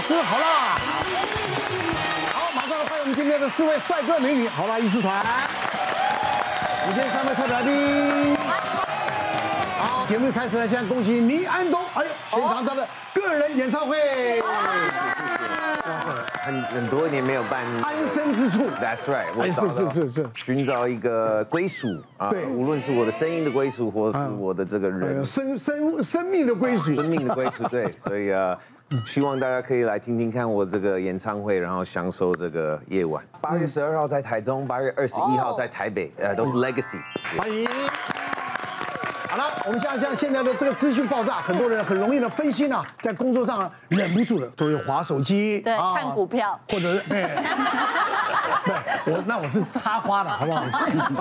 吃好辣。好，马上来欢迎我们今天的四位帅哥美女好辣医师团，我们今天三位特别来宾。好，节目开始呢，先恭喜倪安东，哎呦，全场他的个人演唱会，很很多年没有办安身之处。 That's right，我哎找到是是是是寻找一个归属啊，对无论是我的声音的归属，或是嗯我的这个人呃，生生生命的归属，生命的归属，对，所以啊，希望大家可以来听听看我这个演唱会，然后享受这个夜晚。八月十二号在台中，八月二十一号在台北，呃，都是 Legacy。欢迎。好了，我们现在像现在的这个资讯爆炸，很多人很容易的分心啊，在工作上啊忍不住的都会划手机，对啊看股票或者是 对，对我那我是插花的好不好？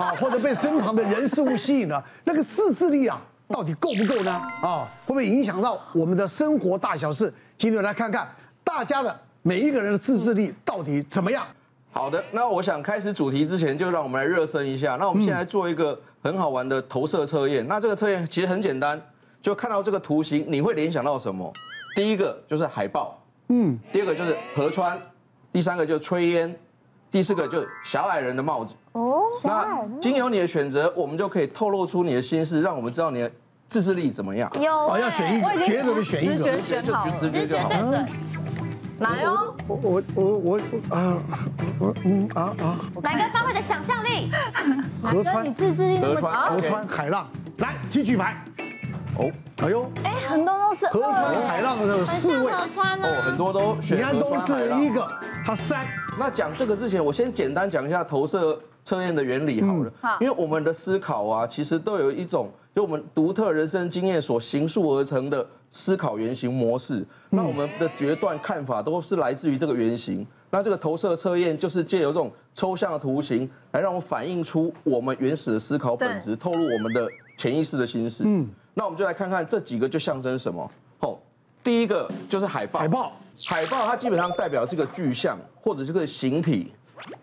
啊，或者被身旁的人事物吸引了，那个自制力啊，到底够不够呢？啊，会不会影响到我们的生活大小事？今天来看看大家的每一个人的自制力到底怎么样。好的，那我想开始主题之前，就让我们来热身一下。那我们现在做一个很好玩的投射测验。那这个测验其实很简单，就看到这个图形，你会联想到什么？第一个就是海报，嗯，第二个就是河川，第三个就是炊烟，第四个就是小矮人的帽子。哦，那经由你的选择，我们就可以透露出你的心思，让我们知道你的自制力怎么样。有哦哎要选一个我已经抉择的选一个直觉选好了，直觉就好最准。来哦，我我我我我啊，我嗯啊啊，来个发挥的想象力，河川你自制力那么河啊川强，河川海浪，来请举牌。哦哎呦，哎，很多都是河川海浪的有很四像位，河川呢。哦，很多都选李安河东川海是浪一个，他三，那讲这个之前，我先简单讲一下投射测验的原理好了。好因为我们的思考啊，其实都有一种就我们独特人生经验所形塑而成的思考原型模式。那我们的决断看法都是来自于这个原型。那这个投射测验就是借由这种抽象的图形，来让我们反映出我们原始的思考本质，透露我们的潜意识的心思。嗯，那我们就来看看这几个就象征什么。哦，第一个就是海报。海报海报它基本上代表这个具象或者这个形体。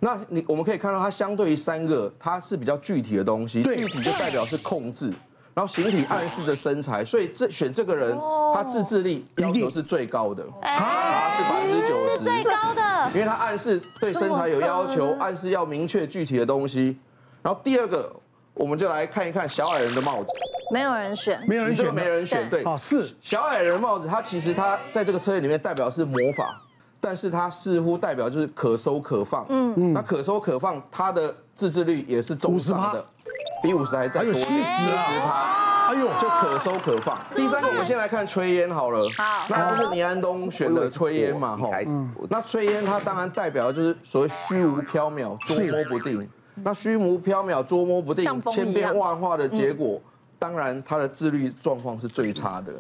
那你我们可以看到，它相对于三个，它是比较具体的东西。对具体就代表是控制，然后形体暗示着身材，所以这选这个人，哦他自制力要求是最高的，哎他是百分之九十，哎最高嗯的因为它暗示对身材有要求，暗示要明确具体的东西。然后第二个，我们就来看一看小矮人的帽子，没有人选，没有人这个选没的。人选，对对，啊，四，小矮人帽子，它其实它在这个测验里面代表是魔法，但是它似乎代表就是可收可放。嗯嗯，那可收可放，它的自制率也是中上的，比五十还再还有多七十啊，趴。哎呦，就可收可放。第三个，我们先来看炊烟好了。好那就是倪安东选的炊烟嘛，我吼一开始嗯我。那炊烟它当然代表的就是所谓虚无缥缈、捉摸不定。那虚无缥缈、捉摸不定像、风一样千变万化的结果，当然他的自律状况是最差的。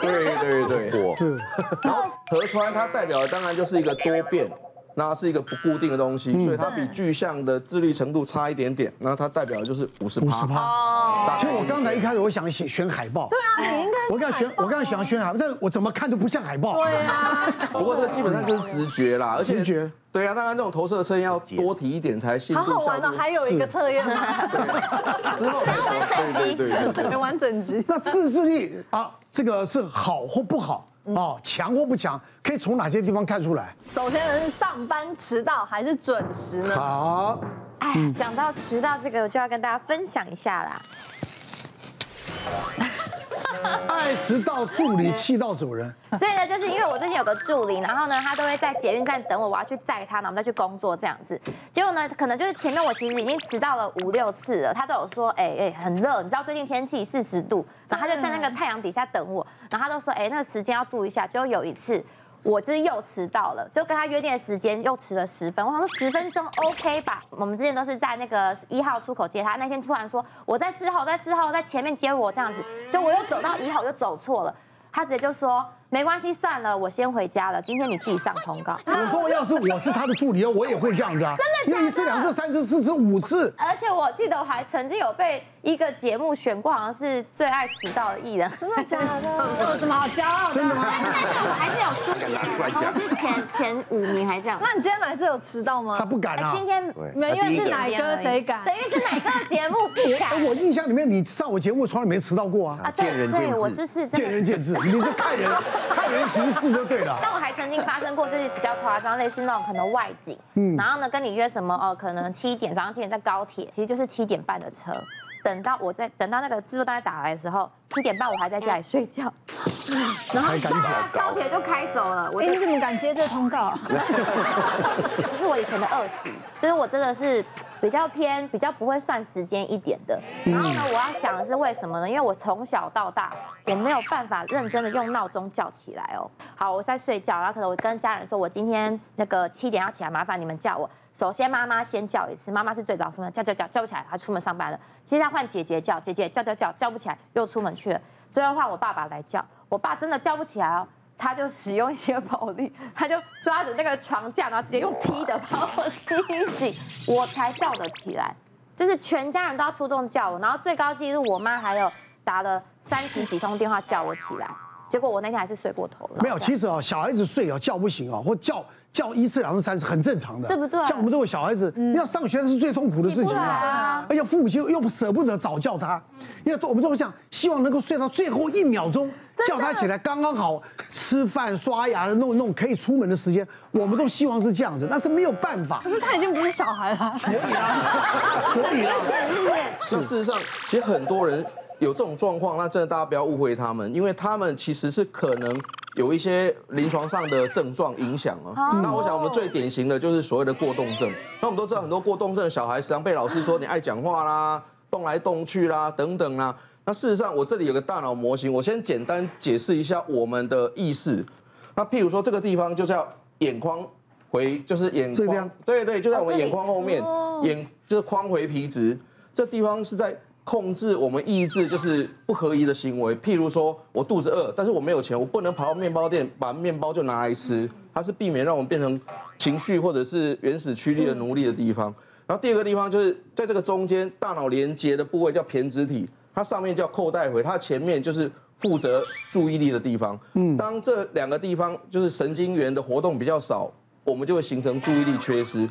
对对对对，是然后河川它代表的当然就是一个多变，那是一个不固定的东西，嗯所以它比具象的自律程度差一点点。那它代表的就是五十五十趴。趴。大概其实我刚才一开始我想选选海报，对啊，你应该我刚才选我刚才想选海报，但我怎么看都不像海报。对啊，不过这个基本上就是直觉啦，而且直觉。对啊，当然这种投射测验要多提一点才信度好好玩效哦，度还有一个测验吗？之后才说想要完整集 对对对对。很完整集。那自制力啊，这个是好或不好啊，强或不强，可以从哪些地方看出来？首先是上班迟到还是准时呢？好，哎，讲到迟到这个，我就要跟大家分享一下啦。爱迟到助理，气到走人。所以呢，就是因为我之前有个助理，然后呢，他都会在捷运站等我，我要去载他，然后我们再去工作这样子。结果呢，可能就是前面我其实已经迟到了五六次了，他都有说，哎、哎、很热，你知道最近天气四十度，然后他就在那个太阳底下等我，然后他都说，哎、那个时间要注意一下。结果有一次。我就是又迟到了，就跟他约定的时间又迟了十分。我想说十分钟 OK 吧？我们之前都是在那个一号出口接他，那天突然说我在四号，我在四号，我在前面接我这样子，就我又走到一号，我又走错了。他直接就说没关系，算了，我先回家了，今天你自己上通告。我说要是我是他的助理，我也会这样子啊，因为一次、两次、三次、四次、五次，而且我记得我还曾经有被一个节目选过，好像是最爱迟到的艺人，真的假的？嗯有什么好骄傲的？真的吗？但是 我还是有输拿出来赢，讲好像是前前五名还这样。那你今天来这有迟到他吗？不敢啊今。天对没他有第一是个哪一个谁敢？等于是哪个节目不哎敢？我印象里面，你上我节目从来没迟到过啊。见仁见智对，我就是真见的 仁见智，你是看人，看校园形式就对了。但我还曾经发生过，就是比较夸张，类似那种可能外景，嗯然后呢跟你约什么哦，可能七点早上七点在高铁，其实就是七点半的车。等到我在等到那个制作单位打来的时候，七点半我还在家里睡觉，然后还赶起来高铁就开走了。我哎，你怎么敢接这通告啊？ 这是我以前的恶习，就是我真的是比较偏比较不会算时间一点的。然后呢，我要讲的是为什么呢？因为我从小到大我没有办法认真的用闹钟叫起来哦。好，我在睡觉，然后可能我跟家人说，我今天那个七点要起来，麻烦你们叫我。首先妈妈先叫一次，妈妈是最早出门，叫叫叫叫不起来，她出门上班了。接下来换姐姐叫，姐姐叫叫叫叫不起来，又出门去了。最后换我爸爸来叫，我爸真的叫不起来哦。他就使用一些暴力，他就抓着那个床架，然后直接用踢的把我踢醒，我才叫得起来。就是全家人都要出动叫我，然后最高纪录我妈还有打了三十几通电话叫我起来，结果我那天还是睡过头了。没有，其实啊，小孩子睡啊叫不醒啊，或叫叫一次、两次、三次，很正常的，对不对嗯像我们都有小孩子，要上学是最痛苦的事情起不来啊啊，而且父母亲又舍不得早叫他，因为我们都会想，希望能够睡到最后一秒钟，叫他起来刚刚好，吃饭、刷牙、弄弄可以出门的时间，我们都希望是这样子，但是没有办法可，是他已经不是小孩了，所以啊，所以啊，那事实上，其实很多人有这种状况，那真的大家不要误会他们，因为他们其实是可能有一些临床上的症状影响哦。那我想我们最典型的就是所谓的过动症。那我们都知道很多过动症的小孩，时常被老师说你爱讲话啦、动来动去啦等等啦。那事实上，我这里有个大脑模型，我先简单解释一下我们的意识。那譬如说这个地方就叫眼眶回，就是眼这个地方眶，对对，就在我们眼眶后面，眼就是眶回皮质，这地方是在控制我们意志，就是不合宜的行为。譬如说我肚子饿，但是我没有钱，我不能跑到面包店把面包就拿来吃，它是避免让我们变成情绪或者是原始驱力的奴隶的地方。然后第二个地方就是在这个中间大脑连接的部位叫胼胝体，它上面叫扣带回，它前面就是负责注意力的地方。嗯，当这两个地方就是神经元的活动比较少，我们就会形成注意力缺失。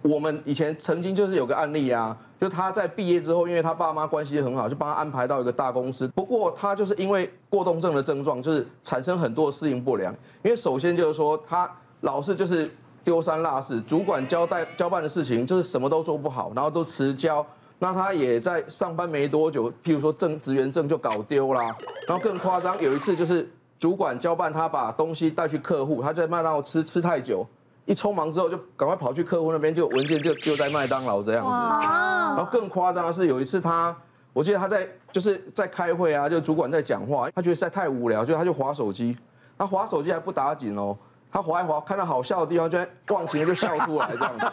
我们以前曾经就是有个案例啊，就他在毕业之后，因为他爸妈关系很好，就帮他安排到一个大公司。不过他就是因为过动症的症状，就是产生很多适应不良。因为首先就是说他老是就是丢三落四，主管交代交办的事情就是什么都做不好，然后都迟交。那他也在上班没多久，譬如说证职员证就搞丢啦，然后更夸张，有一次就是主管交办他把东西带去客户，他在麦当劳吃吃太久，一匆忙之后就赶快跑去客户那边，就文件就丢在麦当劳这样子。啊然后更夸张的是，有一次他，我记得他在就是在开会啊，就主管在讲话，他觉得实在太无聊，就他就划手机，他划手机还不打紧哦。他划一划，看到好笑的地方，就在忘情地就笑出来，这样子，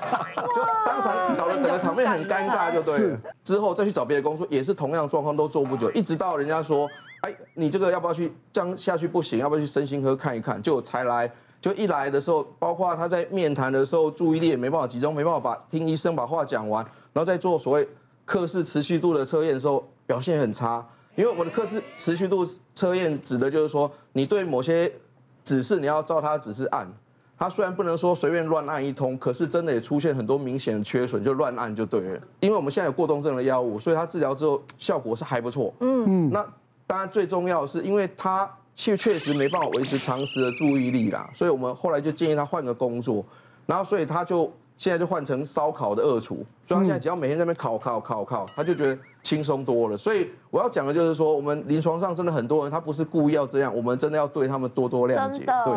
就当场搞得整个场面很尴尬，就对了。之后再去找别的工作，也是同样状况，都做不久，一直到人家说，哎，你这个要不要去这样下去不行，要不要去身心科看一看？就才来，就一来的时候，包括他在面谈的时候，注意力也没办法集中，没办法把听医生把话讲完，然后再做所谓课室持续度的测验的时候，表现很差。因为我们的课室持续度测验指的就是说，你对某些指示你要照他的指示按。他虽然不能说随便乱按一通，可是真的也出现很多明显的缺损，就乱按就对了。因为我们现在有过动症的药物，所以他治疗之后效果是还不错。嗯嗯。那当然最重要的是，因为他确确实没办法维持长时的注意力啦，所以我们后来就建议他换个工作，然后所以他就现在就换成烧烤的二厨，所以他现在只要每天在那边烤烤烤烤，他就觉得轻松多了。所以我要讲的就是说，我们临床上真的很多人他不是故意要这样，我们真的要对他们多多谅解。啊真的对。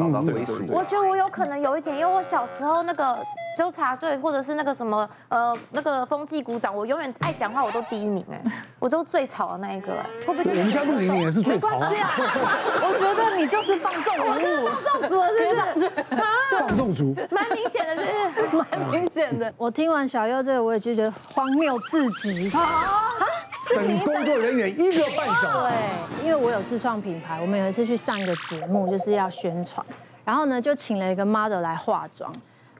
找到归属对对。对我觉得我有可能有一点，因为我小时候那个纠察队或者是那个什么呃那个风纪股长，我永远爱讲话，我都第一名哎，我都最吵的那一 个哎，会不会就我们家陆玲玲也是最没潮关啊系，啊。我觉得你就是放纵人物，放 纵了贴是上不去是？放纵族。蛮明显的，是不是蛮明显的。我听完小优这个，我也就觉得荒谬至极。等工作人员一个半小时，因为我有自创品牌，我们有一次去上一个节目，就是要宣传，然后呢就请了一个 model 来化妆。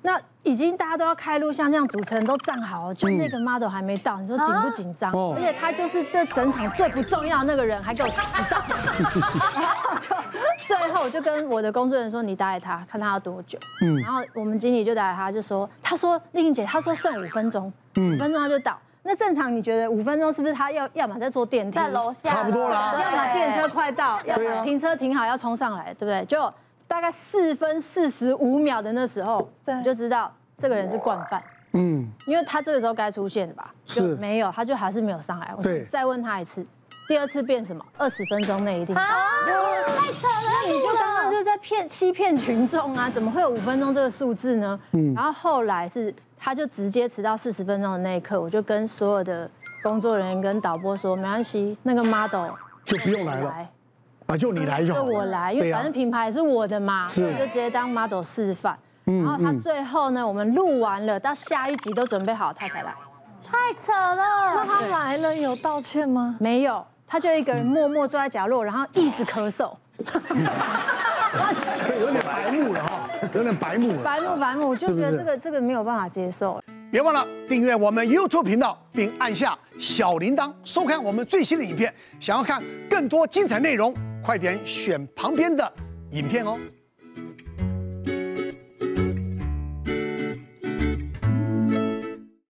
那已经大家都要开录，像这样主持人都站好了，就那个 model 还没到，你说紧不紧张？而且他就是这整场最不重要的那个人，还给我迟到。然后就最后我就跟我的工作人员说，你打给他，看他要多久。嗯，然后我们经理就打给他，就说，他说丽颖姐，他说剩五分钟，五分钟他就到。那正常你觉得五分钟是不是他要要么在坐电梯，在楼下差不多啦要么电车快到，要对啊么停车停好要冲上来，对不对？就大概四分四十五秒的那时候，对你就知道这个人是惯犯，嗯，因为他这个时候该出现的吧？是就没有，他就还是没有上来。我说对你再问他一次，第二次变什么？二十分钟内一定到。啊太扯了，你就刚刚就在骗欺骗群众啊，怎么会有五分钟这个数字呢？嗯然后后来是他就直接迟到四十分钟的那一刻，我就跟所有的工作人员跟导播说，没关系，那个 model 就不用来了，啊，就你来就好就了。我来，因为对啊反正品牌也是我的嘛，是嗯所以我就直接当 model 示范。然后他最后呢，我们录完了，到下一集都准备好，他才来。太扯了那。他来了有道歉吗？没有，他就一个人默默坐在角落，然后一直咳嗽。所以有点白目了哈，有点白目了。白目白目，我就觉是不是得这个这个没有办法接受。别忘了订阅我们 YouTube 频道，并按下小铃铛，收看我们最新的影片。想要看更多精彩内容，快点选旁边的影片哦。